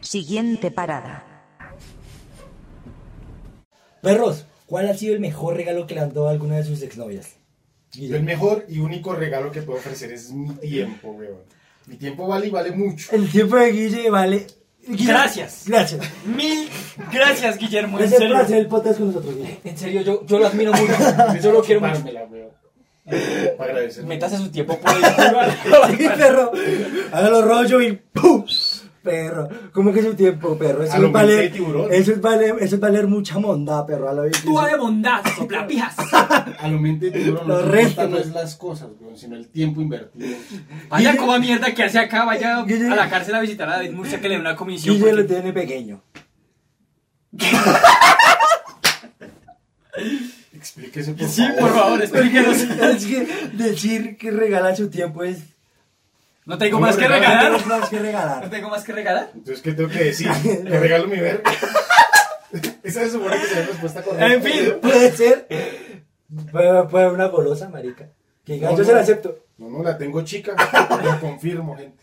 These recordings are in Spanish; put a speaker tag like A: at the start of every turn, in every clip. A: Siguiente parada.
B: Perros, ¿cuál ha sido el mejor regalo que le han dado a alguna de sus exnovias?
C: Yo el mejor y único regalo que puedo ofrecer es mi tiempo, weón. Mi tiempo vale y vale mucho.
B: El tiempo de Guille vale. Guille,
D: Gracias.
B: Gracias.
D: Mil gracias, Guillermo. En
B: Gracias por
D: serio,
B: hacer el podcast con nosotros, Guille.
D: en serio yo, yo lo admiro mucho. Yo lo quiero mucho.
C: Chupármela, weón. Para agradecer.
D: Métase su tiempo pues. por ahí.
B: Sí, perro. Hágalo rollo y ¡pum! Perro, ¿cómo que su tiempo, perro? Eso
C: A lo
B: es valer,
C: Vicente Tiburón.
B: eso es valer, eso es valer mucha monda, perro. A la vez.
D: Tú de bondad, soplapijas.
C: A lo mente de tiburón,
B: Lo
C: lo que
B: resto,
C: importa no
B: ¿no?
C: es las cosas, weón, sino el tiempo invertido.
D: Vaya como mierda que hace acá, vaya a
B: Guille-
D: la cárcel a visitar a David Murcia que le dé una comisión.
B: Guille lo
D: porque-
B: tiene pequeño.
C: Explíquese, por
D: Sí,
C: favor.
D: por favor, explíquenos.
B: es que decir que regala su tiempo es.
D: No tengo
C: No
D: más que
C: me regalas,
D: regalar.
B: No más que
D: No
B: regalar.
D: tengo más que regalar.
C: Entonces, ¿qué tengo que decir? ¿Le regalo mi verga? Esa es supone que sea la respuesta correcta.
D: En fin.
B: Puede ser. Puede, puede una golosa, marica. Que diga,
C: No,
B: yo
C: no.
B: se la acepto.
C: No, no, la tengo chica. Lo confirmo, gente.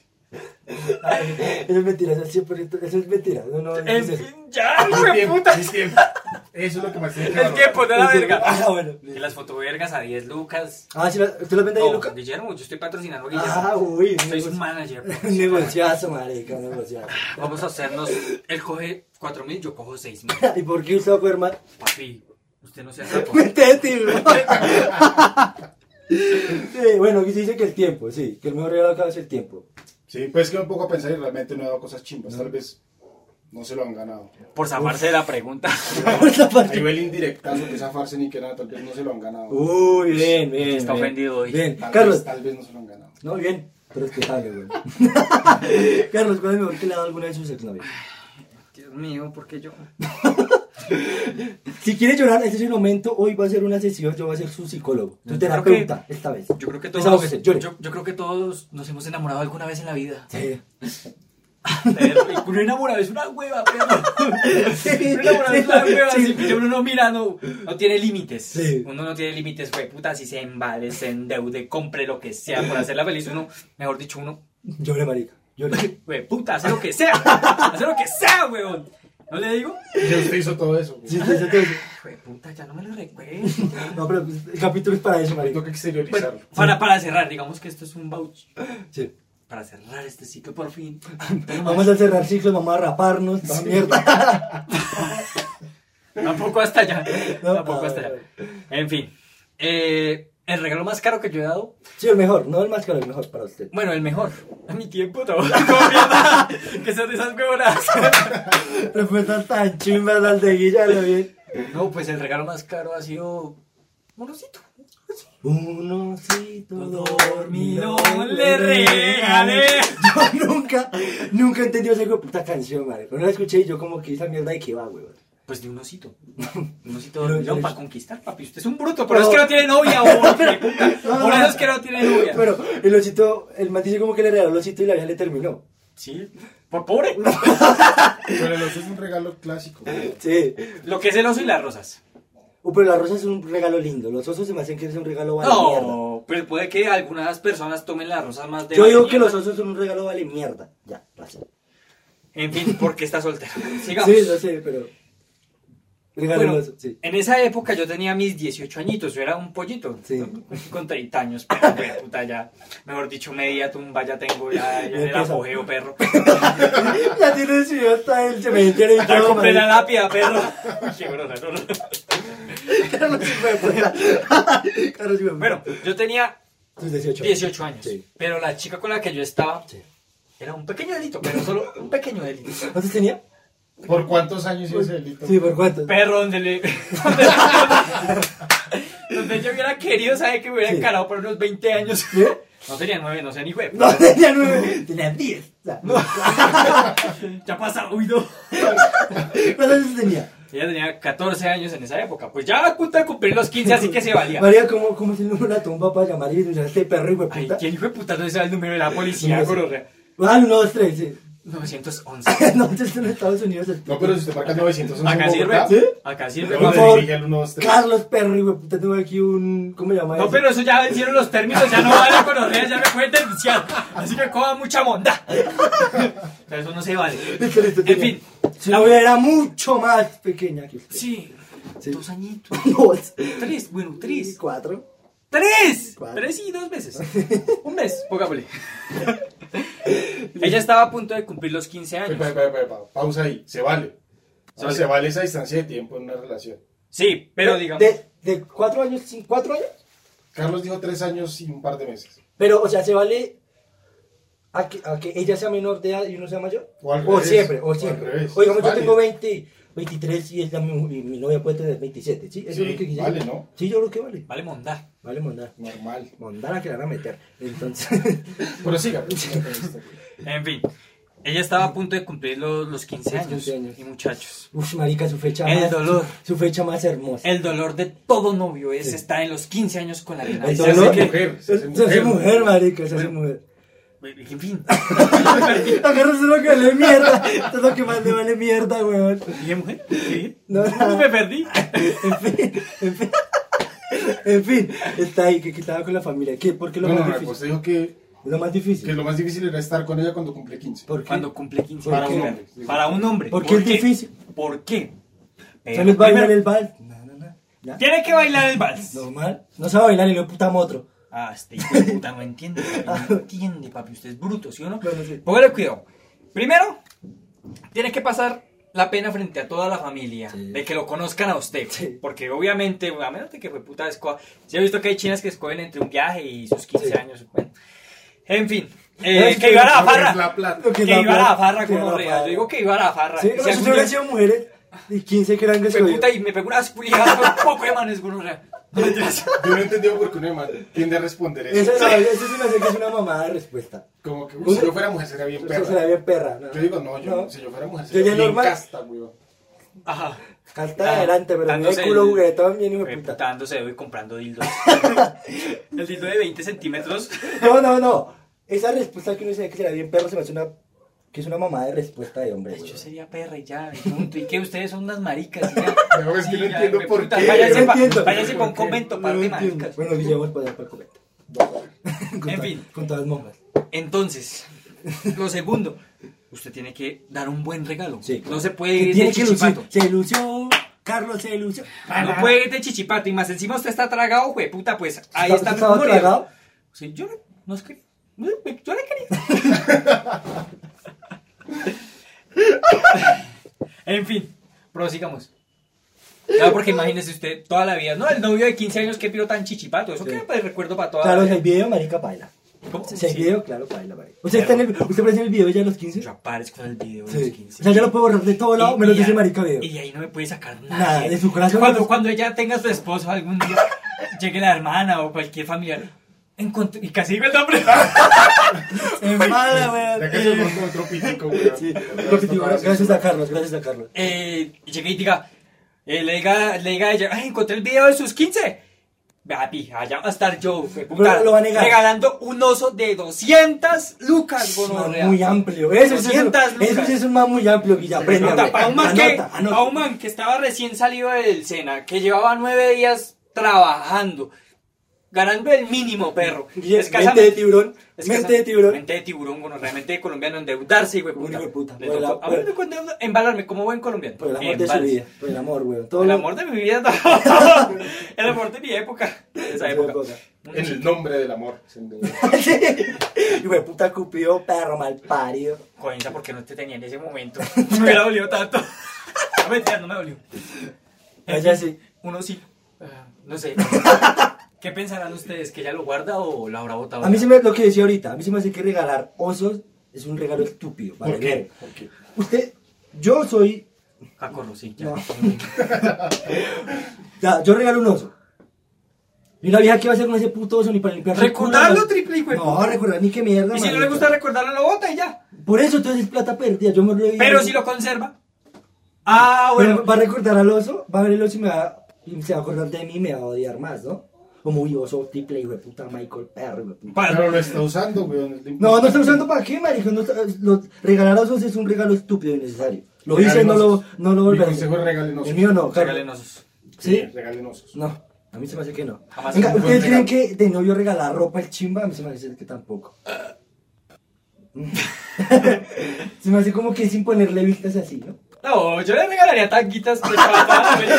B: Ay, Eso es mentira, eso es 100%, eso es mentira. No, no,
D: En
B: eso es-
D: fin, ya,
C: Mi
D: hijo de
C: tiempo,
D: puta.
C: mi tiempo. Eso es lo que me hace
D: El tiempo de la
B: eso es-
D: verga.
B: Ah, bueno.
D: Y las fotovergas a 10 lucas.
B: Ah, si la, ¿tú la vendes ahí,
D: Oh,
B: Luca?
D: Guillermo, yo estoy patrocinando a Guillermo.
B: Ah, uy.
D: Soy su
B: negocio-
D: manager. pues.
B: Un negociazo, marica, un negociazo.
D: Vamos a hacernos. Él coge 4 mil, yo cojo 6 mil.
B: ¿Y por qué usó hermano?
D: Papi, usted no se sapo.
B: Mete tiro. Sí, bueno, aquí se dice que el tiempo, sí, que el mejor regalo que hago es el tiempo.
C: Sí, pues que me pongo a pensar y realmente no he dado cosas chimbas. Tal vez no se lo han ganado.
D: Por zafarse de la pregunta.
B: Por esa
C: A
B: parte.
C: nivel indirectazo, que esa farsa ni que nada, tal vez no se lo han ganado.
B: Uy, bien, bien.
D: Está
B: bien.
D: ofendido hoy.
B: Bien,
C: Tal
B: Uh, Carlos.
C: Vez, tal vez no se lo han ganado.
B: No, bien, pero es que sabe, güey. Carlos, ¿cuál es el mejor que le ha dado alguna de sus exnovias?
D: Dios mío, ¿por qué yo?
B: Si quiere llorar, este es el momento. Hoy va a ser una sesión, yo voy a ser su psicólogo, su
D: Yo creo
B: terapeuta, esta vez.
D: Yo creo que todos.
B: Desahógese,
D: Yo,
B: llore.
D: yo creo que todos nos hemos enamorado alguna vez en la vida.
B: Sí.
D: Pero, y Uno enamorado es una hueva, pero. Uno enamorado es una hueva.
B: Sí.
D: así que Uno no mira, no, no tiene límites.
B: Sí.
D: Uno no tiene límites, güey. Puta, si se embale, se endeude, compre lo que sea por hacerla feliz. Uno, mejor dicho, uno
B: Llore, marica, llore.
D: Güey, puta, hace lo que sea. hace lo que sea, weón. ¿No le digo?
C: Ya usted hizo todo eso. güey.
B: Sí, sí, sí, sí.
D: Güey, puta, ya no me lo recuerdo.
B: No, pero pues, el capítulo es para eso, marica.
C: Tengo que exteriorizarlo.
D: Para, para cerrar, digamos que esto es un vouch.
B: Sí.
D: Para cerrar este ciclo por fin.
B: Vamos a cerrar ciclos, vamos a raparnos, toda mierda.
D: Tampoco hasta allá.
B: No,
D: Tampoco
B: para-
D: hasta allá. En fin. eh, el regalo más caro que yo he dado.
B: Sí, el mejor, no el más caro, el mejor para usted.
D: Bueno, el mejor. A mi tiempo, trabajo. como mierda, Que son de esas huevonas.
B: Respuestas tan chimbas al de Guilla, lo bien.
D: No, pues el regalo más caro ha sido. Un osito.
B: Un osito
D: dormido le regalé.
B: Yo nunca, nunca he entendido esa hijo de puta canción, madre. Pero la escuché y yo como que esa mierda de qué va, güey.
D: Pues de un osito. Un osito
B: No, yo
D: dormilón
B: les-
D: para conquistar, papi. Usted es un bruto, pero
B: Pero-
D: es que no tiene novia, güey.
B: no,
D: Por
B: no.
D: eso es que no tiene novia.
B: Pero el osito, el man dice como que le regaló el osito y la vieja le terminó.
D: Sí. Por pobre.
C: Pero el oso es un regalo clásico. güey.
B: Sí.
D: Lo que es el oso y las rosas.
B: Uh, pero la rosa es un regalo lindo. Los osos se me hacen que es un regalo vale mierda.
D: No, pero puede que algunas personas tomen las rosas más de.
B: Yo
D: vale
B: digo que los
D: mierda.
B: osos son un regalo vale mierda. Ya, gracias.
D: En fin, porque está soltero. Sigamos.
B: Sí, lo sé, pero. Regalo
D: Bueno,
B: los osos, sí.
D: en esa época yo tenía mis 18 añitos, yo era un pollito,
B: Sí.
D: con 30 años, pero, güey, puta, ya, mejor dicho, media tumba ya tengo, ya, ya era
B: Empieza.
D: apogeo, perro.
B: Ya tiene ciudad hasta el cementerio y
D: Ya
B: todo.
D: compré la
B: marica.
D: lápida, perro. Qué broma, no, no.
B: Carlos hijo de puta. Carlos hijo de puta.
D: Bueno, yo tenía
B: Tus 18.
D: 18 años,
B: Sí.
D: pero la chica con la que yo estaba
B: Sí.
D: era un pequeño delito, pero solo un pequeño delito.
B: ¿Cuántos tenía?
C: ¿Por cuántos años hizo ese delito?
B: Sí, ¿por cuántos?
D: Perro, donde le. donde, donde yo hubiera querido, sabe que me hubiera
B: Sí.
D: encarado por unos 20 años.
B: ¿Sí?
D: No tenía 9, no sé ni güey.
B: No, tenía 9. Tenía 10. O sea,
D: Ya pasa, uy, no.
B: ¿Cuántos años tenía?
D: Ella tenía 14 años en esa época. Pues ya a punto de cumplir los 15, así que se valía.
B: María, ¿cómo, cómo es el número de la tumba para llamar y denunciar a este perro, hijo de
D: Ay,
B: puta?
D: ¿quién hijo de puta no sabe el número de la
B: No
D: policía,
B: sé.
D: gororrea?
B: Ah, 1, 2, 3, sí.
D: 911.
B: no, entonces en Estados Unidos. el-
C: No, pero si usted marca el 911 en
D: Acá
C: Bogotá,
D: sirve. Acá sirve.
C: Por
B: Por
C: favor,
B: favor,
C: dirige al 123.
B: Carlos Perry, güey, puta, tengo aquí un. ¿Cómo se llama
D: No,
B: eso?
D: pero eso ya vencieron los términos, ya no vale con los ya me pueden denunciar. Así que coja mucha monda. Pero eso no se vale.
B: Listo, listo,
D: En
B: tiene.
D: fin.
B: Si Este, la hubiera mucho más pequeña que usted.
D: Sí.
B: Sí.
D: Dos añitos.
B: Dos.
D: Tres, bueno,
B: Y
D: tres.
B: cuatro.
D: ¡Tres!
B: ¿Cuál?
D: Tres y dos meses. Un mes, pongámosle. Ella estaba a punto de cumplir los 15
C: Epa,
D: años.
C: epa, epa, epa, Pausa ahí. Se vale. O
D: Se
C: sea,
D: vale.
C: se vale esa distancia de tiempo en una relación.
D: Sí, pero
B: De-
D: digamos.
B: De, de cuatro años, sí, cuatro años.
C: Carlos dijo tres años y un par de meses.
B: Pero, o sea, ¿se vale a que, a que ella sea menor de edad y uno sea mayor?
C: O al revés,
B: siempre,
C: o
B: o
C: al
B: siempre.
C: revés.
B: Oigamos, yo
C: Vale.
B: tengo 20, 23 y, es la- mi, mi novia puede tener 27, ¿sí? Eso
C: Sí,
B: es lo que quise.
C: vale, ¿no?
B: Sí, yo creo que vale.
D: Vale, monda.
B: Vale mandar.
C: Normal.
B: Mandar a que la van a meter. Entonces,
C: Pero siga. pues, siga con esto.
D: En fin. Ella estaba a punto de cumplir los, los 15
B: Los
D: años.
B: 15 años.
D: Y muchachos.
B: uff, marica, su fecha
D: El
B: más...
D: dolor.
B: Su fecha más hermosa.
D: El dolor de todo novio es estar en los 15 años con la nena.
B: El
D: Se hace
B: dolor.
D: que-
C: mujer,
B: Se
C: se
B: hace
C: hace
B: mujer,
C: mujer.
B: marica, se hace mujer.
D: En fin.
B: Agarras lo que vale mierda. Esto es lo que más le vale mierda, weón.
D: ¿Dije mujer? ¿Sí?
B: No, nada.
D: Me perdí.
B: en fin, en fin. En fin, está ahí, que, que estaba con la familia. ¿Qué? ¿Por qué
C: No,
B: lo
C: no,
B: más
C: no.
B: difícil?
C: Pues dijo que,
B: Lo más
C: que
B: difícil.
C: lo más difícil era estar con ella cuando cumple 15.
B: ¿Por qué?
D: Cuando cumple 15
B: ¿Por
D: para
B: qué?
D: un hombre. Para un hombre.
B: ¿Por qué es difícil?
D: ¿Por qué? Pero
B: ¿Sabes bailar
D: Eh, primero,
B: el vals? No, no, no. ¿Ya?
D: Tiene que bailar el vals.
B: Normal. No sabe bailar y lo puta motro.
D: Ah, este hijo de puta no entiende, papi, no entiende, papi, usted es bruto, ¿sí o no?
B: Bueno, sí.
D: Póngale cuidado. Primero, tiene que pasar la pena frente a toda la familia de que lo conozcan a usted,
B: Sí.
D: porque obviamente, a menos de que fue puta escoba, si he visto que hay chinas que escogen entre un viaje y sus 15
B: Sí.
D: años, bueno. En fin, eh,
B: Es
D: que iba a
C: Lo
D: la
C: que es
D: farra.
C: la plata.
B: Lo
D: Que
B: la
D: iba a la
B: plata-
D: farra
B: que
D: como
B: la
D: rea.
B: farra.
D: Yo digo que iba a la farra.
B: Sí,
D: Y
B: no,
D: si
B: si
D: algún
B: hubieran
D: día-
B: sido mujeres y 15 que eran
D: Fue puta
B: escogidas.
D: y me pegó unas culiadas por poco de manes, gonorrea. No mentiras.
C: Yo no entendí por qué un man tiende a responder eso.
B: Eso no, eso sí me hace que es una mamada de respuesta.
C: Como que uy, si yo fuera mujer sería bien
B: Eso será
C: perra.
B: bien perra.
C: Yo digo, no, yo, si yo fuera mujer sería
B: ya
C: bien
B: normal.
C: casta, weón.
D: Ajá.
B: Hasta
D: Ah,
B: adelante, pero no
D: dándose
B: el culo
D: el-
B: juguetón bien hijo de puta.
D: Reputándose y comprando dildos. el dildo de 20 centímetros.
B: No, no, no. Esa respuesta que uno dice que será bien perro se me hace una. que es una mamada de respuesta de hombre.
D: Yo
B: güey.
D: sería perra y ya, y punto. Y que ustedes son unas maricas. y ya.
C: No, es que
D: Y
C: no
D: ya,
C: entiendo
D: hijo de
C: por
D: puta,
C: qué.
D: Váyanse
B: No
D: para
B: entiendo.
D: váyanse pa un
C: ¿Por qué?
D: convento,
B: No
D: par de
B: entiendo.
D: maricas.
B: Bueno, Guillermo para allá para el comento. Con
D: En
B: todas-
D: fin.
B: Con todas monjas.
D: Entonces, lo segundo, usted tiene que dar un buen regalo.
B: Sí, claro.
D: No se
B: Se
D: puede ir de
B: tiene que lucir.
D: chichipato.
B: Se lució. Carlos se lució.
D: No puede ir de chichipato. Y más encima usted está tragado, puta, pues ahí
B: ¿Está-
D: está
B: estaba
D: morido.
B: tragado?
D: Sí, yo no, no es que. no, Yo le quería. en fin, prosigamos. Claro, porque imagínese usted toda la vida, ¿no? El novio de 15 años que piro tan chichipato. Eso
B: Sí.
D: queda para el recuerdo para toda
B: Claro,
D: la
B: si
D: vida.
B: hay video, marica, baila.
D: ¿Cómo?
B: Si hay
D: Sí.
B: video, claro, baila, marica. ¿Usted, está en el, ¿Usted aparece en el video ya a los 15?
D: Yo aparezco en el video de los
B: Sí.
D: 15.
B: O sea, yo lo puedo borrar de todo lado,
D: Y-
B: menos
D: y
B: de ese
D: ya-
B: marica video.
D: Y de ahí no me puede sacar nada.
B: Nada, de su corazón.
D: Cuando, cuando ella tenga a su esposo algún día, llegue la hermana o cualquier familiar. encontré- y casi digo el nombre.
B: Es mala,
C: Ya
B: weón.
C: que se cortó otro pitico, weón.
B: Eh. Sí,
C: Ya nos
B: repitió,
C: tocaba hacer
B: gracias
C: eso.
B: a Carlos, gracias a Carlos.
D: eh, llegué y diga, eh, le diga, le diga a ella, ay, encontré el video de sus 15. Papi, allá va a estar yo, fue puta,
B: Pero lo va a negar.
D: regalando un oso de 200 lucas, gonorrea.
B: Muy amplio. Eso sí, es un,
D: 200
B: eso sí
D: lucas.
B: es un man muy amplio, Guilla.
D: Pero
B: Aprende,
D: nota, para un man que,
B: anota, anota.
D: para un man que estaba recién salido del Sena, que llevaba nueve días trabajando, ganando el mínimo, perro.
B: Guilla,
D: Escasamente-
B: mente de tiburón.
D: Escasa-
B: Mente de tiburón.
D: Mente de tiburón, bueno, realmente de colombiano endeudarse, hijo de
B: Un
D: puta.
B: hijo de puta.
D: Le
B: Por el
D: tocó-
B: am-
D: a mí me tocó endeuda- embalarme como buen colombiano.
B: Por el amor de su
D: Embalarse.
B: vida. Por el amor, weón. Todo
D: El
B: lo-
D: amor de mi vida. no. el amor de mi época. De esa
B: Esa
D: época.
B: época.
C: En el nombre del amor. sin duda.
B: Y weón, puta cupido, perro mal parido.
D: Coenza, porque no te tenía en ese momento. No me hubiera dolido tanto. No mentiras, no me dolió.
B: Ella sí.
D: Uno sí. Ah, No sé. ¿Qué pensarán ustedes? ¿Que ya lo guarda o lo habrá botado?
B: A mí se me lo que decía ahorita. A mí se me hace que regalar osos es un regalo estúpido. vale,
C: ¿Por qué?
B: verga.
C: ¿Por qué?
B: Usted, yo soy.
D: Ah, corro, sí, ya.
B: No. Ya, yo regalo un oso. Y una vieja que va a hacer con ese puto oso ni para limpiar.
D: Recordarlo, triple hijo de
B: No,
D: puta.
B: recordar ni qué mierda.
D: Y si no le
B: marica.
D: gusta recordarlo, lo bota y ya.
B: Por eso entonces es plata perdida. Yo me lo
D: Pero si lo conserva. Ah,
B: Pero
D: bueno.
B: va a recordar al oso, va a ver el oso y me va, y se va a acordar de mí y me va a odiar más, ¿no? como oso triple, hijo de puta, Michael, perro, hijo de puta.
D: Para-
C: Pero lo está usando, weón.
B: No, no está usando para qué, marico. No está- lo- regalar osos es un regalo estúpido y necesario. Lo hice,
C: Regalen
B: no lo,
C: osos.
B: no lo
C: Mi
B: volveré. a hacer.
C: consejo es regalen osos.
B: El mío no, claro.
D: Regalen osos.
B: ¿Sí?
C: Regalen osos.
B: No, a mí se me hace que no.
D: Jamás
B: Venga,
D: un buen
B: ¿ustedes creen
C: regalo.
B: que de novio regalar ropa el chimba? A mí se me hace que tampoco. se me hace como que sin ponerle vistas así, ¿no?
D: No, yo le regalaría tanguitas de papá. güey.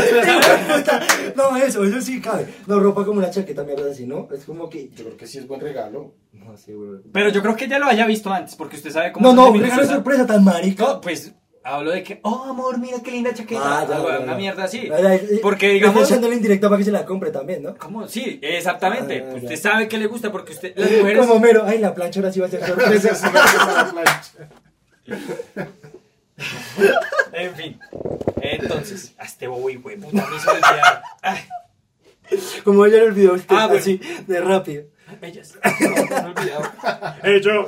B: No, eso, eso sí cabe. No, ropa como la chaqueta, mierda así, ¿no? Es como que...
C: Yo creo que sí es buen regalo.
B: No sé, güey.
D: Pero yo creo que ya lo haya visto antes, porque usted sabe cómo.
B: No,
D: se
B: no, un
D: termina
B: regalo
D: usando.
B: sorpresa tan marica.
D: No, pues hablo de que, oh amor, mira qué linda chaqueta.
B: Ah, ya,
D: Algo,
B: ya, ya.
D: Una mierda así.
B: Ya, ya, ya.
D: Porque
B: Le
D: digamos.
B: Está echándole en directo para que se la compre también, ¿no?
D: ¿Cómo? Sí, exactamente.
B: Ah, ya, ya.
D: Usted sabe que le gusta porque usted, las mujeres.
B: Como mero, ay, la plancha ahora sí va a ser sorpresa.
C: Gracias, gracias a la plancha.
D: En fin. Entonces, a este bobo y güey, puta, me hizo olvidar. Ay,
B: Como ella le olvidó a usted,
D: Ah, bueno.
B: así, de rápido.
D: ellas. No, me he olvidado.
E: Hecho,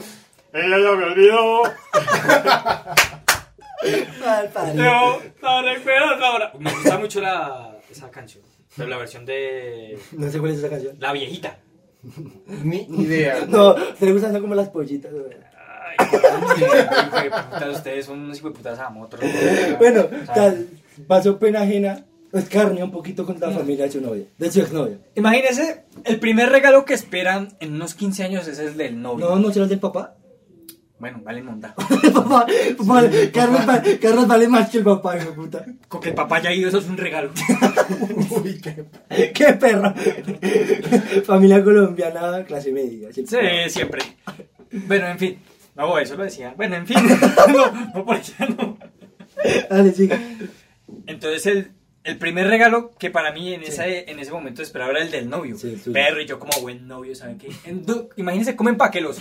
E: ella ya me olvidó.
B: Mal parido.
D: No, no recuerdo la hora. Me gusta mucho la, esa canción. Pero la versión de.
B: No sé cuál es esa canción.
D: La viejita.
C: Ni idea.
B: No, se le gustan hacer como las pollitas. güey.
D: Ay, hijo de puta, ustedes son unos hijueputas a motor.
B: Bueno,
D: Ah.
B: tal, pasó pena ajena, escarnio un poquito con la
D: Mm.
B: familia de su novia, de su exnovia.
D: Imagínense, el primer regalo que esperan en unos 15 años es el del novio.
B: No, no será el del papá.
D: Bueno, vale monda.
B: papá, papá, Carlos, va- Carlos vale más que el papá, hijo de puta.
D: Con que el papá haya ido, eso es un regalo.
C: Uy, qué.
B: ¡Qué perra! familia colombiana, clase media. Sí.
D: Sí, siempre. Bueno, en fin. No, eso lo decía. Bueno, en fin. No, no por allá no.
B: Dale, sigue.
D: Entonces, el, el primer regalo que para mí en, esa- en ese momento esperaba era el del novio.
B: Sí, el suyo.
D: Perro, y yo como buen novio, ¿saben qué? En- du- imagínense cómo empaqué los.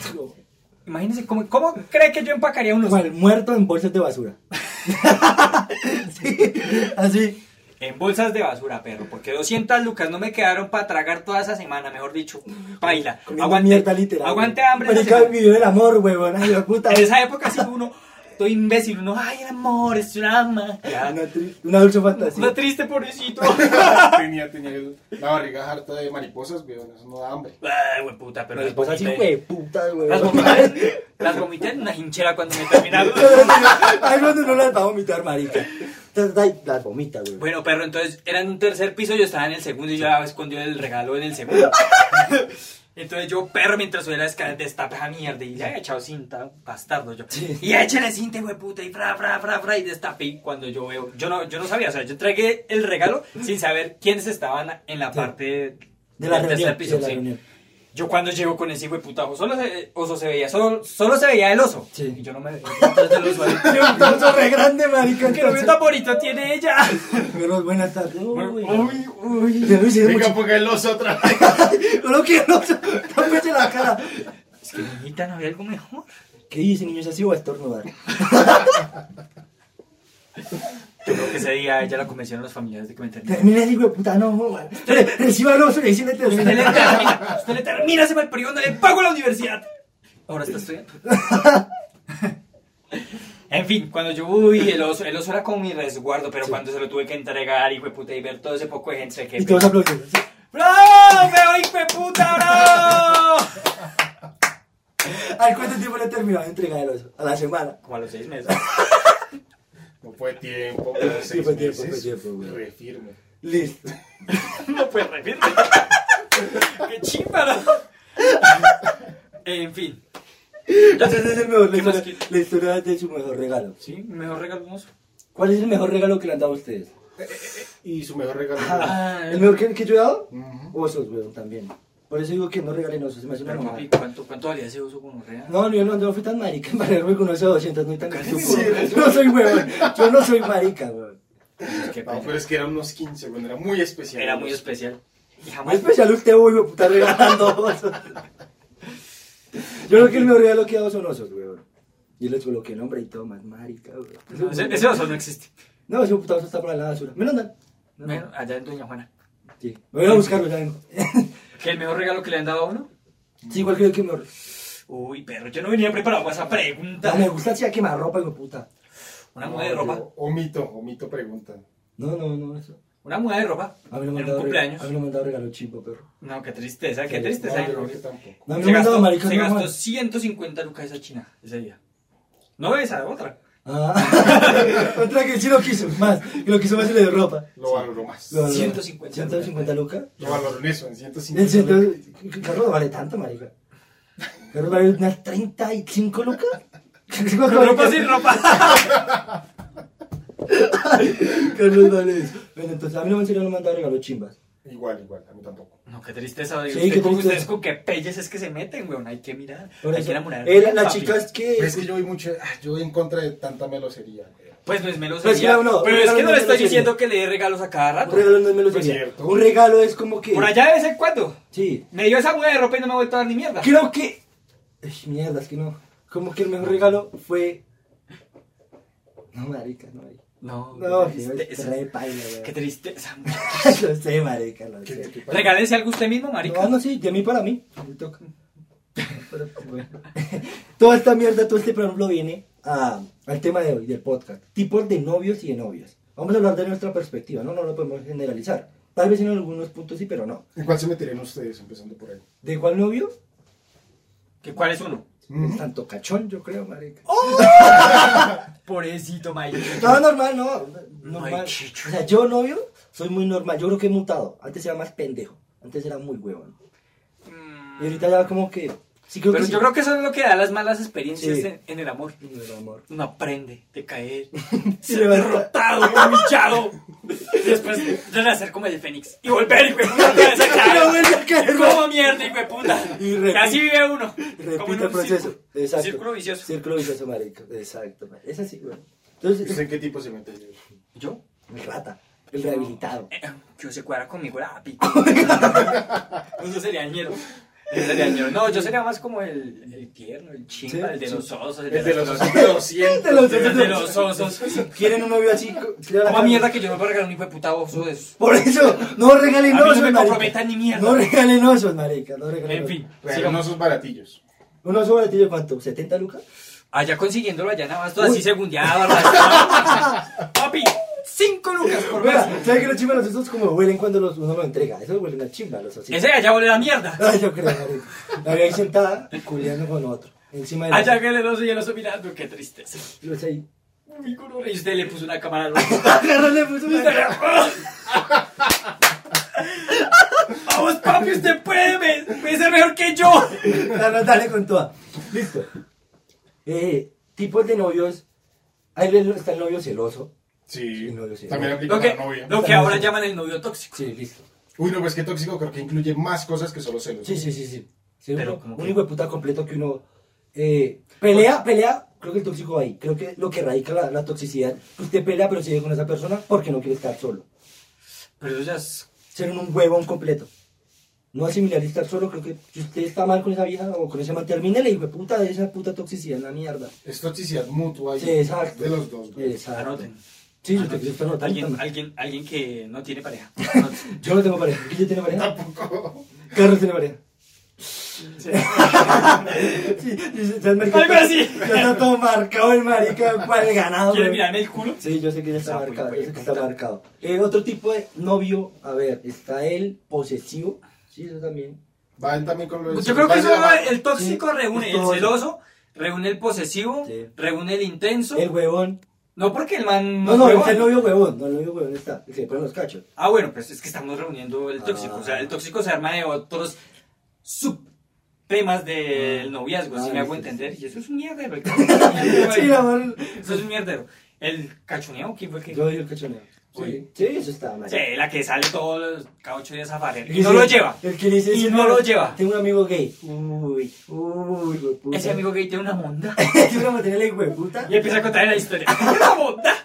D: Imagínense cómo, cómo cree que yo empacaría unos.
B: Igual, muerto en bolsas de basura. sí, así.
D: En bolsas de basura, perro, porque 200 lucas no me quedaron para tragar toda esa semana, mejor dicho, baila.
B: comiendo
D: Aguante,
B: mierda literal.
D: aguante hambre. esa
B: Marica,
D: semana.
B: vivió el amor, huevón. Ay, hijo de puta.
D: En esa época sí uno, estoy imbécil, uno, ay, el amor, es drama. Ya,
B: Una, tri- una dulce fantasía.
D: Una triste, pobrecito.
C: tenía, tenía el- la barriga harta de mariposas, weón. Eso no da hambre.
D: Ay, güey, puta, pero las
B: Pues así,
D: vomité.
B: güey, puta, güey.
D: Las vomité, las vomité en una hinchera cuando me terminaron.
B: Ay, cuando no las va a vomitar, marica. Entonces, ay, Las vomita, güey.
D: Bueno, perro, entonces era en un tercer piso, yo estaba en el segundo y yo había escondido el regalo en el segundo. Entonces yo, perro, mientras subía la escalera, destapé esa mierda y le había echado cinta, bastardo yo.
B: Sí.
D: Y échale cinta, güey, puta, y fra, fra, fra, fra, y destapé. Y cuando yo veo, yo no, yo no sabía, o sea, yo entregué el regalo sin saber quiénes estaban en la
B: Sí.
D: parte
B: De la reunión.
D: del tercer
B: sí,
D: piso.
B: de la
D: sí.
B: reunión.
D: Yo cuando llego con ese güey puta ojo, solo se, oso se veía, solo, solo se veía el oso.
B: Sí.
D: Y yo no me veía detrás del oso. ahí.
B: Tiene un torso re grande, marica.
D: ¡Qué novio tan bonito tiene ella!
B: Pero buenas tardes. Uy,
C: Uy, uy.
B: Te lo hicieron
C: Venga,
B: mucho.
C: ponga el oso otra vez.
B: No quiero. Tápese la cara.
D: Es que niñita, ¿no había algo mejor?
B: ¿Qué dice, niños? Así o a estornudar.
D: Yo creo que ese día ella la convencieron los familiares de que me terminara.
B: Termina así, güey, puta, no. güey. Re- Reciba el oso y decirle te
D: Usted le termina, usted le termina ese mal periodo, le pago la universidad. Ahora está estudiando. En fin, cuando yo, uy, el oso, el oso era como mi resguardo, pero cuando se lo tuve que entregar, hijo de puta, y ver todo ese poco de gente que...
B: Y todos aplauden. sí.
D: ¡Bravo! ¡Me hijo de puta, bravo!
B: ¿Al cuánto tiempo le terminaba de entregar el oso? A la semana.
D: Como a los seis meses.
C: No fue tiempo, pero seis
B: fue tiempo,
C: meses.
B: fue tiempo, güey.
C: Refirme.
B: Listo.
D: No puedes reírte. ¡Qué chimba, ¿no? En fin.
B: Entonces es el mejor
D: ¿Qué
B: regalo.
D: más que-
B: La historia de su mejor regalo.
D: Sí, mejor regalo un oso.
B: ¿Cuál es el mejor regalo que le han dado a ustedes?
C: Y su mejor regalo.
D: Ah,
B: ¿El mejor que, que yo he dado?
C: Ujú.
B: Osos, weón, también. Por eso digo que no regalen osos, se me hace una
D: Pero
B: mamada.
D: papi, ¿cuánto, cuánto valía ese oso con real?
B: No, yo no, no fui tan marica para irme con osos de 200, no soy tan
D: Casi,
B: estúpido. No soy weón, yo no soy marica, weón.
D: Qué
C: No,
D: pena.
C: pero es que eran unos 15, güey. Era muy especial.
D: Era muy especial. Y
B: Muy
D: jamás.
B: especial usted, weón, hijo de puta regalando osos. Yo creo que el mejor regalo que he dado son osos, weón. Yo les coloqué nombre y todo más marica, weón.
D: No, ese, ese oso no existe.
B: No, ese puto oso está por la basura. Me lo andan. No,
D: Bueno, allá en Doña Juana.
B: Sí. Me voy a buscarlo, ya vengo.
D: ¿Qué el mejor regalo que le han dado a uno?
B: Sí, igual creo que me...
D: Uy, perro, yo no venía preparado para esa pregunta.
B: Me gusta así a quemar ropa, hijo de puta.
D: Una muda de ropa.
C: Omito, omito pregunta.
B: No, no, no, eso.
D: Una muda de ropa.
B: A mí no me
D: en
B: han
D: un
B: dado regalo,
D: cumpleaños.
B: a mí no me han dado regalo chimbo, perro.
D: No, qué tristeza, qué
C: Sí,
D: tristeza.
C: No, yo creo que tampoco.
B: No, a mí no me
D: se
B: han
D: gastó,
B: dado marica,
D: se
B: no,
D: gastó
B: man.
D: 150 lucas esa china ese día. No esa, otra.
B: Ah, otra que sí lo quiso más, que lo quiso más y le dio ropa.
C: Lo valoro más.
B: Lo- lo-
D: 150
B: 150 lucas.
C: Lo valoro en eso, en 150.
B: El ciento- Carlos no vale tanto, marica. Carlos vale unas 35 lucas.
D: Ropa sin ropa.
B: Carlos vale eso. Bueno, entonces a mí no me han no me han dado regalo chimbas.
C: Igual, igual, a mí tampoco.
D: No, qué tristeza.
B: Sí,
D: usted-
B: qué tristeza.
D: Ustedes con qué pelles es que se meten, weón. Hay que mirar.
B: Por
D: hay
B: eso, Eh,
D: que enamorar.
B: era- las chicas que.
C: Pero es que yo voy mucho, ah, yo voy en contra de tanta melosería. güey.
D: Pues no es melosería.
B: Pues claro, no,
D: pero
B: un
D: es
B: regalo
D: que no
B: no
D: le
B: es
D: estoy
B: melosería.
D: diciendo que le dé regalos a cada
B: Un
D: rato.
B: regalo no es melosería.
C: Pues cierto.
B: Un regalo es como que.
D: Por allá de vez en cuando.
B: Sí.
D: Me dio esa muda de ropa y no me ha vuelto a dar ni mierda.
B: Creo que. Ay, mierda, es que no. Como que el mejor regalo fue. No, marica, no. marica.
D: No, este,
B: No,
D: qué
B: es es
D: tristeza.
B: re paila, weón.
D: Qué tristeza.
B: Lo sé, marica, lo
C: ¿Qué-
B: sé.
C: qué pasa?
D: Regálese algo usted mismo, marica.
B: ah, No, no, sí, de mí para mí. Me toca. Pero, bueno. Toda esta mierda, todo este ejemplo viene a- al tema de hoy, del podcast. Tipos de novios y de novias. Vamos a hablar de nuestra perspectiva, ¿no? No lo podemos generalizar. Tal vez en algunos puntos sí, pero no.
C: ¿En cuál se meterían ustedes, empezando por ahí?
B: ¿De cuál novio?
D: ¿Que ¿Cuál es uno?
B: Es tanto cachón, yo creo, marica.
D: Oh, Pobrecito, marica.
B: No, normal, no. Normal.
D: chicho.
B: O sea, yo novio soy muy normal. Yo creo que he mutado. Antes era más pendejo. Antes era muy huevón. Y ahorita ya como que... Sí creo
D: Pero
B: que
D: yo
B: sí.
D: creo que eso es lo que da las malas experiencias
B: Sí.
D: en, en el amor.
B: Pero, amor.
D: Uno aprende de caer,
B: Se
D: ser
B: levanta.
D: derrotado, humillado, y después renacer como el fénix y volver y caer.
B: vuelve a caer,
D: Como mierda, hijo de puta.
B: Y repite.
D: Y así vive uno. como en
B: Repite
D: un
B: el proceso.
D: círculo-
B: Exacto.
D: círculo vicioso.
B: Círculo vicioso, marica. Exacto. marica. Es así, güey.
C: ¿Ustedes
B: Entonces,
C: en qué tipo se meten?
D: ¿Yo?
B: el rata. El rehabilitado.
D: Eh, Yo se cuadra conmigo, la pico.
B: Oh
D: Eso sería ñero. Eso sería ñero. No, yo sería más como el, el tierno, el chimba,
B: Sí,
D: el de
B: sí.
D: los osos, el,
C: El de
D: las
C: los
D: flores, eh,
C: 200.
B: El de
D: el de los osos.
B: ¿Quieren un novio así? Co- tira la
D: eh, Como
B: cara.
D: mierda que yo me voy a regalar un hijo de puta oso de esos.
B: Por eso, no regalen
D: A mí no
B: osos,
D: me
B: marica.
D: comprometan ni mierda.
B: No regalen osos, marica. No regalen
D: En
B: osos.
D: fin,
C: Pero
D: sigamos.
C: no sus baratillos.
B: ¿Un oso baratillo cuánto? ¿70 lucas?
D: Allá consiguiéndolo allá en Abasto,
B: Uy.
D: así segundeado, arrastrado. Papi, cinco lucas por mes.
B: Mira, ¿sabes que los chimbas los osos como huelen cuando los, uno lo entrega? Eso huelen a chimba los ositos.
D: Ese de allá huele la mierda.
B: Ay, yo creo, marica. La vi ahí sentada, culiando con otro. Encima de la...
D: Allá que el oso y el oso mirando, qué tristeza.
B: Los ahí.
D: Mi color. Y usted le puso una cámara al oso.
B: Agárrale, puso
D: Usted le- Vamos, papi, usted puede, me- puede ser mejor que yo.
B: Dale, dale con toda. Listo. Eh, tipos de novios. Ahí le- está el novio celoso.
C: Sí.
B: Sí, no, yo sí.
C: También aplica
D: Lo que,
C: para novia.
D: lo que ahora llaman el novio tóxico.
B: Sí, listo.
C: Uy, no, pues que tóxico creo que incluye más cosas que solo celos.
B: Sí, sí, sí, sí. Sí,
D: Pero
B: un,
D: como
B: un
D: que- Pues-
B: hijo de puta completo que uno. eh, pelea, pelea. Creo que el tóxico va ahí. Creo que lo que radica la, la toxicidad. Usted pelea, pero sigue con esa persona porque no quiere estar solo.
D: Pero eso ya es
B: Ser un huevón completo. No asimilar y estar solo. Creo que si usted está mal con esa vieja o con ese man, termínele, hijo de puta, de esa puta toxicidad en la mierda.
C: Es toxicidad mutua. y-
B: Sí, exacto.
C: De los dos. güey.
B: Exacto.
D: Anoten.
B: Ah, Sí,
D: Anoten.
B: usted que está anotando.
D: Alguien, alguien, alguien que no tiene pareja. Anoten.
B: Yo no tengo pareja. Guille tiene pareja.
C: Tampoco.
B: Carlos tiene pareja. sí, sí, ya el mercado-
D: Algo así.
B: Ya está todo marcado el marica. ¿Cuál el ganado?
D: ¿Quiere
B: güey.
D: mirarme el culo?
B: Sí, yo sé que ya está
D: Ah, pues,
B: marcado.
D: pues,
B: Yo sé que está
D: puta.
B: marcado. Eh, otro tipo de novio. A ver, está el posesivo. Sí, eso también.
C: Van también con los.
D: Yo creo
B: Pues,
D: que eso
C: va-
D: el tóxico
B: Sí,
D: reúne el
B: todo.
D: celoso, reúne el posesivo,
B: Sí.
D: reúne el intenso.
B: El huevón.
D: No porque el man.
B: No, no,
D: huevón.
B: está el novio huevón. No, el novio huevón está. El que le ponen los cachos.
D: Ah, bueno, pues es que estamos reuniendo el
B: Ah.
D: tóxico. O sea, el tóxico se arma de otros subtemas del noviazgo,
B: Ah,
D: si me hago
B: listo,
D: entender.
B: listo.
D: Y eso es un mierdero. el cachoneo,
B: Sí,
D: el-
B: la amor.
D: Eso es un mierdero. El cachoneo, ¿quién fue el que.?
B: Yo dije el cachoneo. Sí, sí, eso está mal.
D: Sí, la que sale todos los cada ocho días a farer.
B: El
D: Y
B: que
D: no
B: dice-
D: lo lleva.
B: El que le dice,
D: Y
B: "Sí,
D: no
B: mira,
D: lo lleva".
B: Tengo un amigo gay. Uy, uy, hueputa.
D: Ese amigo que tiene una monda.
B: Es una materia de hueputa.
D: Y empieza a contar la historia. ¡Una monda!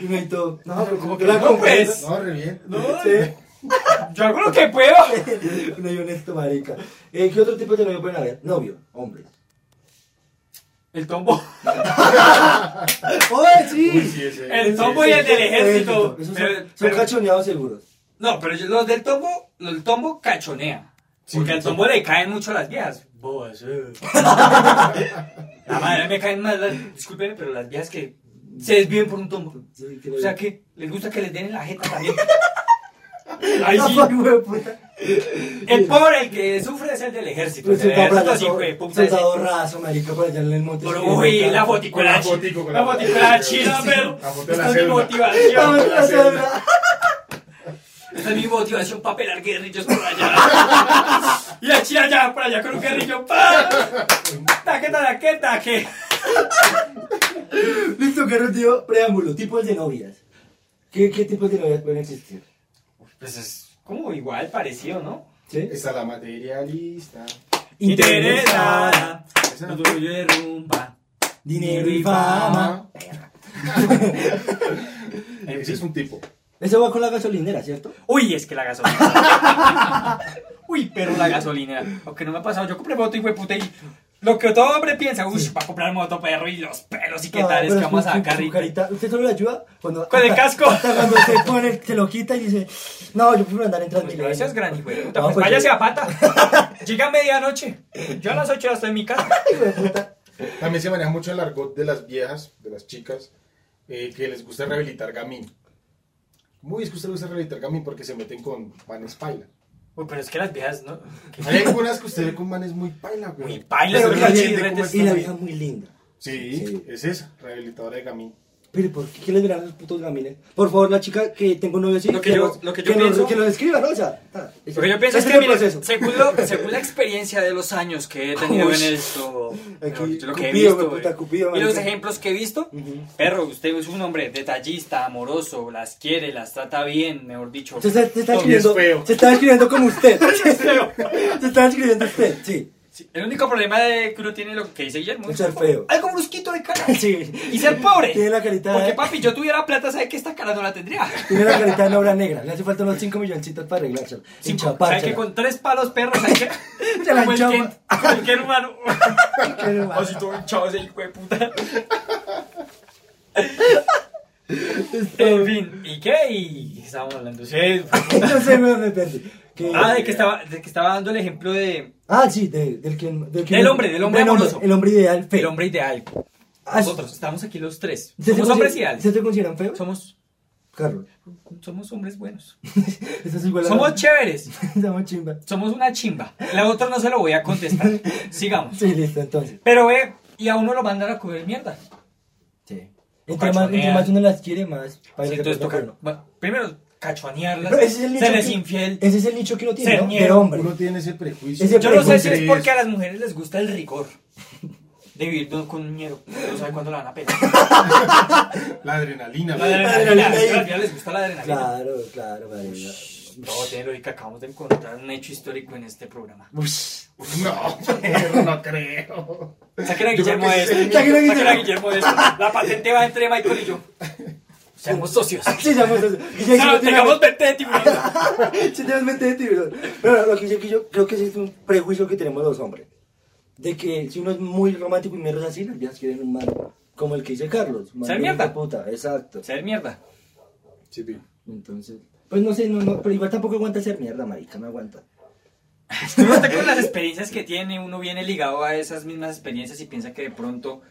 B: Y me todo. No, pero como que
D: No,
B: la compré.
D: pues.
C: No, re bien.
D: No,
B: Sí.
D: yo hago lo que puedo.
B: No, yo honesto, marica. Eh, ¿Qué otro tipo de novio pueden haber? Novio, hombre.
D: El tombo.
B: ¡Oh,
C: Uy,
B: sí!
C: sí, ese.
D: El tombo y el del ejército.
B: Esos son,
D: Pero-
B: son
D: pero-
B: cachoneados seguros.
D: No, pero yo- los del tombo, los del tombo cachonea.
C: Sí,
D: porque al
C: sí.
D: tombo le caen mucho las viejas. Vos, eh. La madre me caen más las, discúlpenme, pero las viejas que se desvíen por un tombo.
B: Sí,
D: O sea que les gusta que les den en la jeta también. Ahí
B: No,
D: sí.
B: fue, hijo de puta.
D: El pobre, el que sufre es el del ejército.
B: Pues
D: El
B: un
D: del ejército,
B: soldado-
D: así, güey, puta, ese-
B: soldado raso, marica, por allá en el monte.
D: Pero, uy, la
C: Con
D: foticuela
C: la fotico,
D: chida.
C: con
D: La
C: la
D: foticuela
C: fotico.
D: chida, pero.
C: La foto de la
D: Esta es mi
C: selva.
B: Ah,
D: motivación.
B: la sombra.
D: Esta es mi motivación para pelar guerrillos por allá. Y la chida ya por allá con un guerrillo. ¡pa! Taqueta, taqueta, que.
B: Listo, que tío. Preámbulo, tipos de novias. ¿Qué, qué tipos de novias pueden existir?
D: Pues es como igual, parecido, ¿no?
B: ¿Sí?
C: Está la materialista.
D: Interesada.
C: Esa
D: Lo tuyo de rumba.
B: dinero y fama.
C: Ah. Ese es un tipo.
B: Eso va con la gasolinera, ¿cierto?
D: Uy, es que la gasolina. Uy, pero la gasolina. Aunque no me ha pasado, yo compré moto y fue puta y. Lo que todo hombre piensa, uy, va a comprar moto, perro, y los pelos, y qué
B: Ah,
D: tal, es
B: pero
D: que vamos
B: su-
D: a
B: su- su
D: sacar y-
B: carita- Usted solo le ayuda cuando.
D: Con el casco.
B: hasta cuando se pone, se lo quita y dice, no, yo prefiero andar en
D: Pues
B: Transmilenio.
D: gracias, gran hijo de puta.
B: No,
D: Pues
B: pues
D: váyase
B: yo-
D: a pata. Llega a medianoche. Yo a las 8 ya estoy en mi casa.
B: Hijo de puta.
C: También se maneja mucho el argot de las viejas, de las chicas, eh, que les gusta rehabilitar gamín. Muy es que usted le gusta rehabilitar gamín porque se meten con manes paila.
D: Uy, pero es que las viejas, ¿no?
C: Hay algunas que usted ve con manes muy paila, güey.
D: Muy paila,
C: Pero
D: pero
C: la
D: que
C: gente
D: chirrete
C: como
D: es-
B: Y
C: está
B: la
C: muy-
B: vieja muy linda.
C: Sí,
B: Sí.
C: es esa, rehabilitadora de gamín.
B: Pero ¿por qué, qué les verán los putos gamines? Por favor, la chica que tengo novio así,
D: Lo que yo- lo que yo
B: nos-
D: pienso-
B: que lo escriba, ¿no? O sea, ah,
D: Lo que yo pienso es
B: ese
D: que,
B: el
D: mire,
B: proceso.
D: según, lo- según la experiencia de los años que he tenido
B: Uy.
D: en esto, mejor dicho, lo que he
B: Cupido,
D: visto,
B: me puta,
D: eh,
B: Cupido,
D: y los
B: marica.
D: ejemplos que he visto,
B: Ujú.
D: perro, usted es un hombre detallista, amoroso, las quiere, las trata bien, mejor dicho.
B: Se está, se está
D: Todo.
C: bien
B: escribiendo,
C: feo.
B: se está escribiendo como usted.
D: feo.
B: se está escribiendo usted, sí.
D: Sí, El único problema de que uno tiene lo que dice Guillermo
B: Es ser feo.
D: Algo brusquito de cara.
B: Sí.
D: Y ser pobre.
B: Tiene la carita de-
D: Porque papi, yo tuviera plata, ¿sabe que esta cara no la tendría?
B: Tiene la carita de obra negra. Le hace falta unos 5 milloncitos para arreglársela. Sin
D: Cinco. ¿Sabe que con tres palos perros hay que.
B: Se la
D: como el
B: enchapa.
D: Kent, como el Kent humano. Así
B: Así
D: todo hinchado ese hijo de puta. En fin, ¿y qué? Y estábamos hablando. Sí,
B: No sé, me, me perdí. Que-
D: ah, de que, estaba, de que estaba dando el ejemplo de.
B: Ah, sí, de- del que... Del, que-
D: Del hombre, del hombre amoroso.
B: El hombre ideal, feo.
D: El hombre ideal.
B: Ah, sí.
D: Nosotros estamos aquí los tres.
B: ¿Ustedes se
D: Somos
B: consideran-
D: hombres ideales.
B: ¿Ustedes se consideran feos?
D: Somos,
B: Carlos.
D: somos hombres buenos.
B: Eso es igual a-
D: Somos chéveres.
B: Somos chimba.
D: Somos una chimba. La otra no se lo voy a contestar. Sigamos.
B: Sí, listo, entonces.
D: Pero ve, y a uno lo mandan a comer mierda.
B: Sí. Entre más, entre más uno las quiere, más... para
D: Sí,
B: que
D: entonces
B: toca
D: toca-
B: uno.
D: bueno, primero, cachonearlas.
B: Pero ese es el nicho
D: Se les
B: que-
D: infiel.
B: Ese es el nicho que uno tiene,
D: Ser
B: ¿no? Del
D: ñero.
B: hombre.
C: Uno tiene ese prejuicio.
B: Ese
D: Yo no sé si
B: Pero
D: es porque a las mujeres les gusta el rigor de vivir con con un ñero. No sabe cuándo la van a pegar.
C: La adrenalina,
D: La
C: güey.
B: adrenalina.
D: adrenalina. a las mujeres les gusta la adrenalina.
B: Claro, claro, madre mía.
D: No, tiene lógica. Acabamos de encontrar un hecho histórico en este programa.
C: No, perro, no creo.
D: Saquen a
C: Yo creo
D: Guillermo
C: que
D: de
C: ese
D: esto.
C: es el
B: Saquen a Guillermo.
D: Saquen a Guillermo de esto. La patente va entre Michael y yo. Seamos socios.
B: Sí, ya me Y ya
D: No,
B: hicimos-
D: tengamos mente de tiburón.
B: Sí, tienes mente de tiburón. este Pero lo que yo, que yo creo que ese es un prejuicio que tenemos los hombres. De que si uno es muy romántico y mierda así, las viejas quieren un man como el que dice Carlos. un man
D: Ser
B: de
D: mierda.
B: hijo de Puta, exacto.
D: Ser mierda.
C: Sí, pi.
B: Entonces, pues no sé, no, no, pero igual tampoco aguanta ser mierda, marica, no aguanta.
D: Uno está con las experiencias que tiene, uno viene ligado a esas mismas experiencias y piensa que de pronto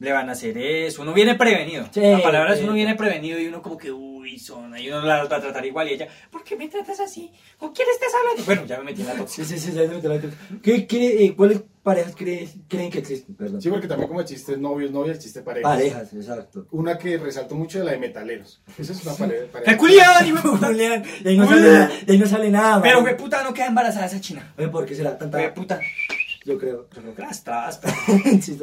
D: le van a hacer eso. Uno viene prevenido.
B: Sí,
D: la palabra es
B: sí.
D: uno viene prevenido y uno como que, uy, son, y uno la va a tratar igual y ella, ¿por qué me tratas así? ¿Con quién estás hablando? Bueno, ya me metí en la
B: Sí,
D: tóxica.
B: sí, sí, sí, sí, sí, sí. ¿Qué, qué, eh, ¿Cuáles parejas crees, creen que existen? Perdón.
C: Sí, porque también como el chiste es novios, novias, el chiste es parejas.
B: parejas, exacto.
C: Una que resaltó mucho es la de metaleros. Esa es una pare- pareja.
D: ¡Qué culiada, ni me puta!
B: Julián, de ahí no sale nada. De ahí no sale nada. marica.
D: Pero, güey, puta, no queda embarazada esa china.
B: Oye, ¿Por qué será tanta?
D: Güey, puta.
B: Yo creo.
D: Yo creo que las trabas, pero-
B: Sí, sí.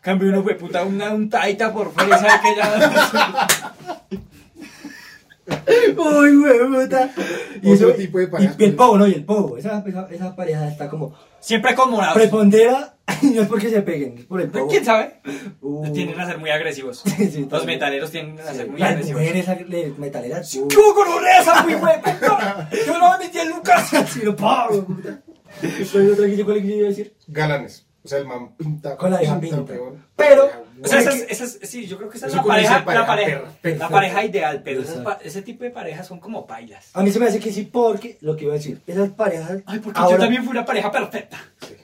D: Cambio uno, güey, puta, una, un taita por fuera y sabe que ya...
B: Uy, güey, puta.
C: Otro tipo de parejas.
B: Y, y el pogo, ¿no? Y el pogo. Esa, esa, esa pareja está como
D: Siempre con morados.
B: prepondera. No es porque se peguen, es por el
D: Pero
B: pogo.
D: Ah. ¿Quién sabe?
B: Uh.
D: Tienden a ser muy agresivos.
B: Sí, sí,
D: Los
B: también.
D: metaleros tienden a ser muy
B: Las
D: agresivos.
B: mujeres ag- metaleras. uh.
D: ¿Qué hubo con Oreza, güey, güey? puta? Yo no me metí en Lucas.
B: Sí, lo pogo, puta. Soy otra que yo, ¿cuál es que yo iba a decir?
C: Galanes. O sea, el man pinta.
B: Con la vieja pinta.
C: peor.
B: Pero-
D: O sea, esa es, esa es- sí, yo creo que esa es
C: Eso
D: la
C: con
D: pareja,
C: esa pareja
D: la pareja,
C: per- perfecta.
D: la pareja ideal, pero esas
B: Exacto.
D: pa- ese tipo de parejas son como pailas.
B: A mí se me hace que sí, porque lo que iba a decir, esas parejas.
D: Ay, porque
B: ahora-
D: yo también fui una pareja perfecta.
C: Sí.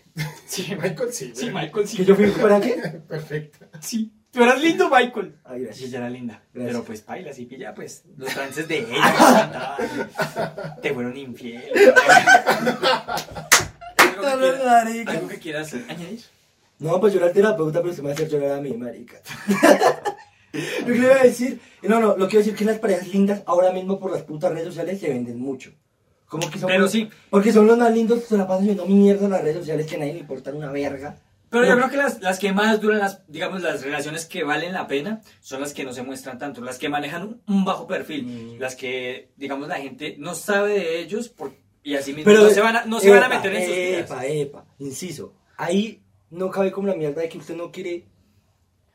D: Sí,
C: Michael sí.
D: Sí,
C: güey.
D: Michael, sí.
B: ¿Que yo fui para qué?
C: Perfecto.
D: Sí. Tú eras lindo, Michael.
B: Ay, gracias.
D: Y ella era linda.
B: Gracias.
D: Pero pues paila, sí pilla, pues los trances de ella. ¿no? te fueron infiel.
B: No,
D: ¿Algo que
B: no,
D: quieras-
B: marica.
D: ¿Algo que quieras añadir?
B: No, pues yo era el terapeuta, pero se me va a hacer llorar a mí, marica. Lo que le iba a decir, no, no, lo que iba a decir es que las parejas lindas ahora mismo por las putas redes sociales se venden mucho. Como que son
D: Pero sí.
B: Porque son los más lindos, se la pasan viendo mierda en las redes sociales que a nadie le importan una verga.
D: Pero yo
B: No.
D: creo que las, las que más duran, las, digamos, las relaciones que valen la pena son las que no se muestran tanto, las que manejan un, un bajo
B: Mm.
D: perfil, las que, digamos, la gente no sabe de ellos por- y así mismo no se van a, no se van a
B: epa,
D: meter en sus vidas.
B: Epa, epa, inciso. Ahí no cabe como la mierda de que usted no quiere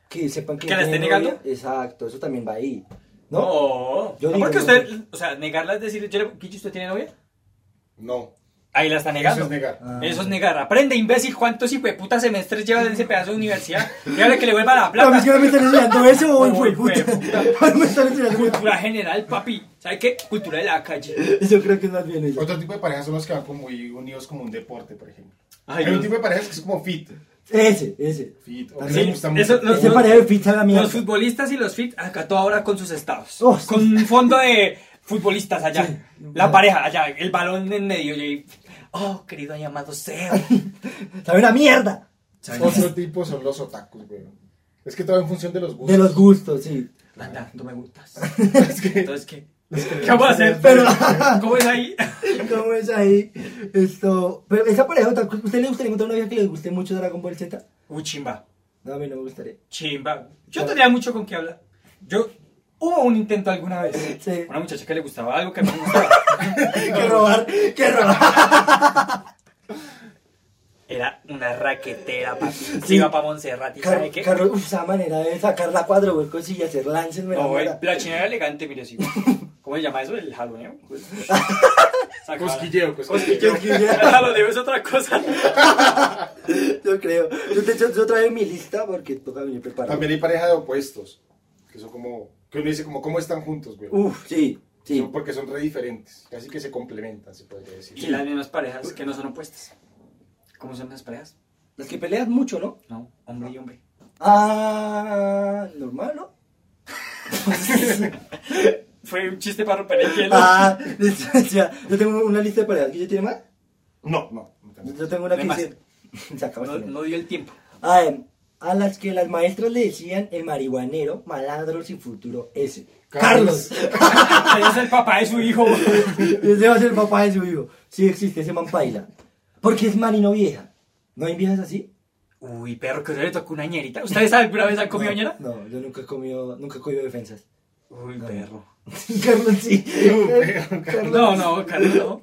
B: que sepan que.
D: ¿Que la
B: tiene
D: esté negando?
B: novia. Exacto, eso también va ahí.
D: No,
B: ¿No? Yo
D: No,
B: digo,
D: porque
B: no.
D: usted, o sea, negarla es decir, yo le- Kichi, ¿usted tiene novia?
C: No,
D: Ahí la está
C: eso
D: negando.
C: es negar.
B: Ah.
D: Eso es negar. Aprende, imbécil, cuántos putas semestres llevas en ese pedazo de universidad. Dígale que le vuelva la
B: No, es
D: plata.
B: que me están enseñando eso,
D: Uy,
B: hoy, fue puta.
D: jueputa.
B: Me están enseñando eso.
D: Cultura general, papi. ¿Sabe qué? Cultura de la calle.
B: Eso creo que es más bien eso.
C: Otro tipo de parejas son los que van como muy unidos como un deporte, por ejemplo.
D: Ay,
C: Hay un
D: Dios.
C: tipo de parejas que es como fit.
B: Ese, ese.
C: Fit. O
B: Ah,
C: que
B: sí,
C: les gusta mucho.
D: eso no-
B: Ese
D: Los-
B: pareja de pizza la mierda.
D: Los futbolistas y los fit acá todo ahora con sus estados.
B: Oh, sí.
D: Con un fondo de futbolistas allá.
B: Sí. Ah.
D: La pareja allá, el balón en medio. y ahí, oh, querido y amado Seo.
B: Sabe la mierda.
C: Otro tipo son los otakus, güey. Es que todo va en función de los gustos.
B: De los gustos, sí.
D: Anda, tú me gustas.
C: Es que-
D: Entonces, ¿qué? ¿Qué vamos a hacer?
B: Pero-
D: ¿Cómo es ahí?
B: ¿Cómo es ahí? Esto. Pero esa pareja, ¿a ¿usted le gustaría encontrar una vieja que le guste mucho Dragon Ball Z?
D: Uh, chimba.
B: No, a mí no me gustaría.
D: Chimba. Yo tenía mucho con qué hablar. Yo. Hubo un intento alguna vez.
B: Sí.
D: Una muchacha que le gustaba algo que a mí me gustaba.
B: que robar, que robar.
D: Era una raquetera, papi. Se
B: Sí.
D: iba para Montserrat y ¿sabe
B: Car-
D: qué?
B: Carlos, uf, esa manera de sacar la cuadro huecos y hacer lances, me
D: No, güey,
B: enamora.
D: la china era elegante, mire, sí. ¿Cómo se llama eso? ¿El jaloneo? Sacaba-
B: Yo,
C: Cosquilleo, cosquilleo.
D: El
B: quisiera-
D: jaloneo es otra cosa.
B: yo creo. Yo, de hecho, yo traigo mi lista porque toca venir preparado.
C: También hay pareja de opuestos. Que son como. Que uno dice, como, ¿cómo están juntos, güey?
B: Uf, sí, Uh, sí.
C: Son porque son re diferentes. Casi que se complementan, se podría decir.
D: Y las mismas parejas que no son opuestas. ¿Cómo son las parejas?
B: Las que pelean mucho, ¿no?
D: No, hombre y hombre.
B: Ah, normal, ¿no?
D: Fue un chiste para romper el hielo.
B: Ah, listo, ya. Yo tengo una lista de parejas. ¿Quién tiene más?
C: No, no. no tengo.
B: Yo tengo una
D: No
B: que
D: hay más.
B: dice. Se acabó
D: no,
B: este
D: no dio el tiempo.
B: Ah, em, a las que las maestras le decían el marihuanero, malandro sin futuro ese. Carlos.
C: Carlos.
D: es el papá de su hijo.
B: ese va a ser el papá de su hijo. Sí existe ese man paila. Porque es man y no vieja. ¿No hay viejas así?
D: Uy, perro, que usted le tocó una ñerita. ¿Ustedes alguna vez han comido
B: no,
D: ñera?
B: No, yo nunca he comido, nunca he comido defensas.
D: Uy, perro.
B: Carlos sí.
C: No,
B: Carlos.
D: No, no, Carlos, no.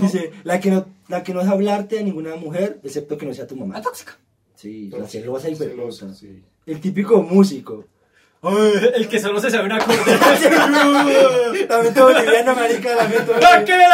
B: Dice, la que no, la que no es hablarte a ninguna mujer, excepto que no sea tu
D: Una
B: mamá.
D: tóxica.
B: Sí, la celosa y
C: Celosa,
B: vergüenza.
C: sí.
B: El típico músico.
D: El que solo se sabe una cosa.
B: Lamento boliviano, marica, lamento boliviano.
D: ¡Toque del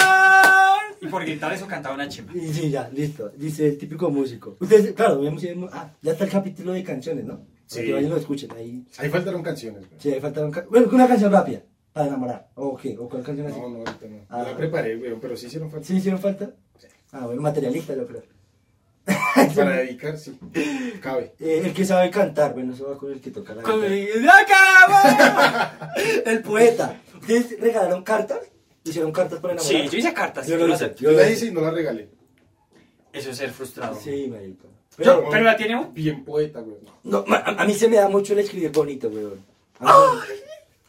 D: amor! Y por gritar eso cantaba una chimba.
B: Y sí, ya, listo. Dice el típico músico. Ustedes, claro, vemos ah, ya está el capítulo de canciones, ¿no?
C: Sí.
B: Para Que vayan y lo escuchen ahí.
C: Ahí faltaron canciones, güey.
B: Sí, ahí faltaron. ca- Bueno, una canción rápida para enamorar. ¿O qué? ¿O cuál canción así?
C: No, no, ahorita no.
B: Ah.
C: Yo la preparé, güey, pero sí hicieron falta.
B: ¿Sí hicieron falta? Ah, bueno, materialista, yo creo.
C: Para dedicar, sí. Cabe.
B: Eh, el que sabe cantar, bueno, eso va con el que toca la
D: Con-
B: guitarra.
D: ¡Toque del amor!
B: El poeta. ¿Ustedes regalaron cartas? ¿Hicieron cartas para enamorar?
D: Sí, yo hice cartas.
B: Yo lo
D: no
B: hice.
D: sé.
C: Yo la hice y no la regalé.
D: Eso es ser frustrado.
B: Sí, marica.
D: Yo-
B: Pero,
D: ¿Pero la tiene un?
C: Bien poeta, güey. no.
B: no, ma- a, a mí se me da mucho el escribir bonito, weón. A mí-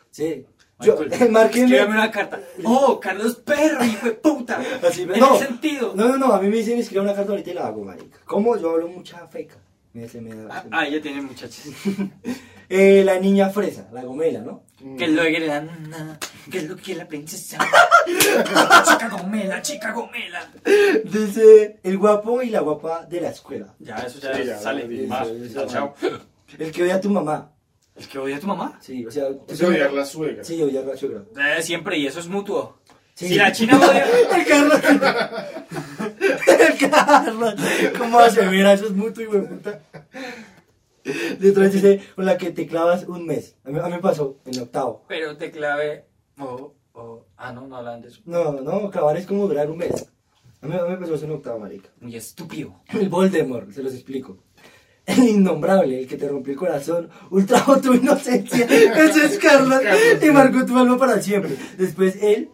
B: Sí. Yo,
D: Michael,
B: márquenme.
D: Escríbame una carta. ¡Oh, Carlos Perro, hijo de puta!
B: Así,
D: en
B: no,
D: el sentido.
B: No, no, no, a mí me dicen escribir una carta ahorita y la hago, marica. ¿Cómo? Yo hablo mucha feca. Me, se me da,
D: Ah,
B: se me-
D: ah, ella tiene muchachas.
B: Eh, la niña fresa, la gomela, ¿no?
D: que
C: Mm.
D: es lo que la nana, que es lo que la princesa. La chica gomela, chica gomela.
B: Dice el guapo y la guapa de la escuela.
D: Ya, eso ya,
C: Sí, ya,
D: sale.
C: ya, ya,
D: Más.
B: ya, ya.
D: Chao, chao.
B: El que odia a tu mamá.
D: ¿El que odia a tu mamá?
B: Sí, o sea.
C: Es odiar la suegra.
B: Sí, odiar la suegra.
D: Eh, siempre, y eso es mutuo.
B: Sí.
D: Si la china odia.
B: El Carlos. el Carlos. ¿Cómo hace? Mira, eso es mutuo, hijo de puta. Detrás dice, con la que te clavas un mes. A mí, a mí me pasó, en octavo.
D: Pero te clave. Oh, oh. Ah, no, no hablan de eso.
B: No, no, clavar es como durar un mes. A mí, a mí me pasó eso en octavo, marica.
D: Muy estúpido.
B: El Voldemort, se los explico. el innombrable, el que te rompió el corazón, ultrajó tu inocencia, eso es Carlos, y marcó tu alma para siempre. Después él,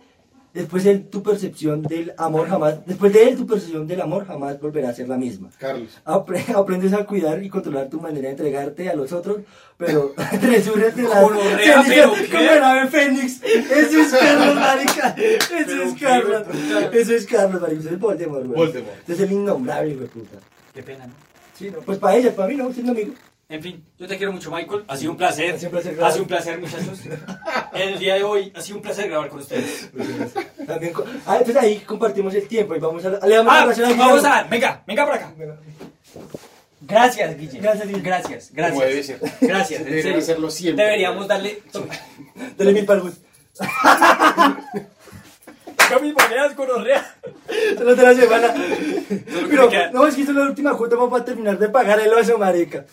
B: después él, tu percepción del amor jamás, después de él, tu percepción del amor jamás volverá a ser la misma.
C: Carlos.
B: Apre- aprendes a cuidar y controlar tu manera de entregarte a los otros, pero resurges de la
D: Como rea, pero ¿qué?
B: como el ave fénix. Eso es Carlos, marica. Eso
D: Pero
B: es
D: qué,
B: Carlos.
D: puta.
B: Eso es Carlos, marica. Eso es Voldemort, güey.
C: Voldemort.
B: Eso Es el innombrable, güey, puta.
D: Qué pena, ¿no?
B: Sí, no, pues para ella, para mí no, siendo amigo.
D: En fin, yo te quiero mucho, Michael. Ha sido un placer.
B: Ha sido un placer grabar.
D: Ha sido un placer, muchachos. El día de hoy ha sido un placer grabar con ustedes.
B: También, co- ah, pues ahí compartimos el tiempo y vamos a la- le damos la
D: Ah,
B: gracia a
D: vamos
B: Guillermo.
D: a dar. Venga, venga para acá. Gracias, Guille. Gracias, Gracias,
C: Como debe
D: gracias.
C: ser.
D: Gracias, en
C: Debería
D: serio.
C: hacerlo siempre.
D: Deberíamos darle.
B: Dale mil palmas.
D: mis monedas con orrea.
B: Solo de la semana.
D: que
B: Pero,
D: me queda-
B: no, es que hizo la última junta, vamos a terminar de pagar el oso, marica.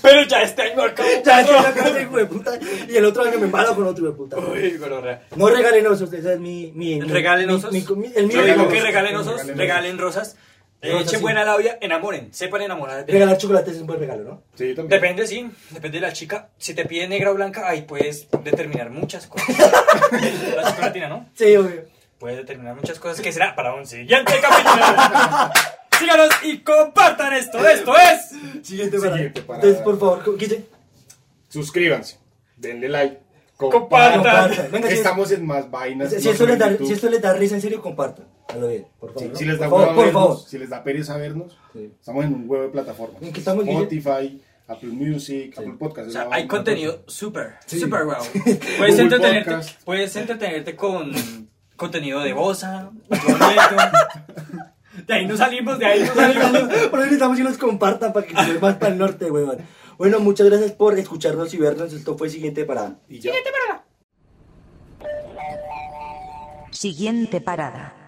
D: Pero ya está el marcado.
B: Ya, ya, ya, con ese hijo de puta. Y el otro año me embalo con otro hijo de puta.
D: Uy, con orrea.
B: No regalen osos, esa es mi. mi mi-
D: Regalen
B: mi-
D: osos.
B: mi- mi- el mío
D: Yo
B: regalen
D: digo que
B: osos.
D: regalen osos,
C: Regalen
D: regalen rosas. eh,
B: Rosas,
D: Echen
B: sí.
D: buena labia, enamoren. Sepan enamorar.
B: Regalar chocolates es un buen regalo, ¿no?
C: Sí, también.
D: Depende, sí, depende de la chica. Si te pide negra o blanca, ahí puedes determinar muchas cosas. la chica latina, ¿no?
B: Sí, obvio.
D: Puedes determinar muchas cosas que será para un siguiente capítulo. Síganos y compartan esto. Esto es.
B: Siguiente parada.
C: Siguiente parada.
B: Entonces, por favor, Guille,
C: Suscríbanse. Denle like.
D: Compartan.
B: compartan. Venga, si es-
C: Estamos en más vainas.
B: si,
C: más
B: esto les
C: en
B: da,
C: YouTube.
B: si esto les da risa, en serio, compartan. A lo bien, por favor.
C: Sí,
B: ¿no?
C: si les da
B: por
C: hueva
B: favor, por
C: vernos,
B: favor.
C: si les da pereza vernos,
B: Sí.
C: estamos en un huevo de plataformas.
B: ¿En qué estamos, Guille?
C: Spotify, Apple Music, Apple Podcast.
D: O
C: es
D: sea,
C: la
D: hay
C: vaina.
D: contenido súper,
B: Sí.
D: súper guau. Puedes
C: Google
D: entretenerte,
C: Podcast.
D: puedes entretenerte con contenido de Bosa, Corneto. De ahí no salimos, de ahí no salimos.
B: Por eso necesitamos que nos compartan para que se vea más para el norte, weón. Bueno, muchas gracias por escucharnos y vernos. Esto fue siguiente parada.
C: Y ya.
A: Siguiente parada.